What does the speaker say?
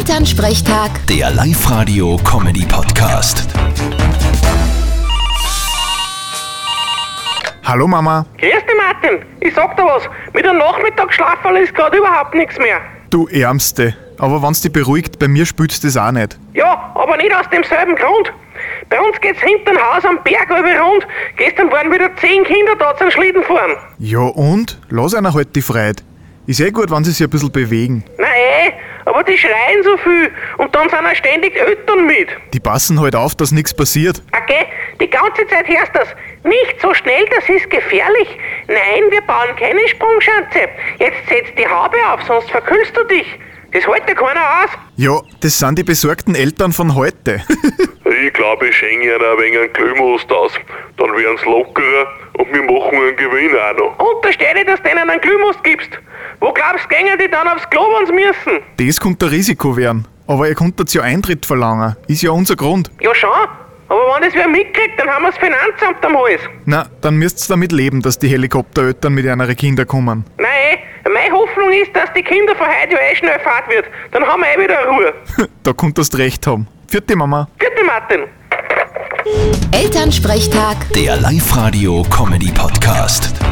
Elternsprechtag, Der Live-Radio-Comedy-Podcast. Hallo Mama, Grüß dich, Martin. Ich sag dir was. Mit einem Nachmittagsschlaferl ist gerade überhaupt nichts mehr. du Ärmste. Aber wenn's dich beruhigt, bei mir spürt's das auch nicht. Ja, aber nicht aus demselben Grund. Bei uns geht's hinterm Haus am Berg über rund. Gestern waren wieder zehn Kinder da zum Schlitten fahren. Ja und? Lass einer halt die Freiheit. Ist eh gut, wenn sie sich ein bisschen bewegen. Na eh, aber die schreien so viel und dann sind auch ständig Eltern mit. Die passen halt auf, dass nichts passiert. Okay, die ganze Zeit hörst du das. Nicht so schnell, das ist gefährlich. Nein, wir bauen keine Sprungschanze. Jetzt setz die Haube auf, sonst verkühlst du dich. Das hält dir keiner aus. Ja, das sind die besorgten Eltern von heute. Ich glaube, ich schenke ihnen ein wenig einen Glühmost aus. Dann werden sie lockerer und wir machen einen Gewinn auch noch. Unterstelle, dass du denen einen Glühmust gibst. Wo glaubst du, gängen die dann aufs Klo, wenn's müssen? das könnte ein Risiko werden. Aber ihr könntet ja Eintritt verlangen. Ist ja unser Grund. Ja, schon. Aber wenn das wer mitkriegt, dann haben wir das Finanzamt am Hals. Na, dann müsst's damit leben, dass die Helikoptereltern mit ihren Kindern kommen. Nein, eh, meine Hoffnung ist, dass die Kinder von heute ja eh schnell fad wird. Dann haben wir eh wieder Ruhe. Da könntest recht haben. Für die Mama. Bitte, Martin. Elternsprechtag. Der Live-Radio-Comedy-Podcast.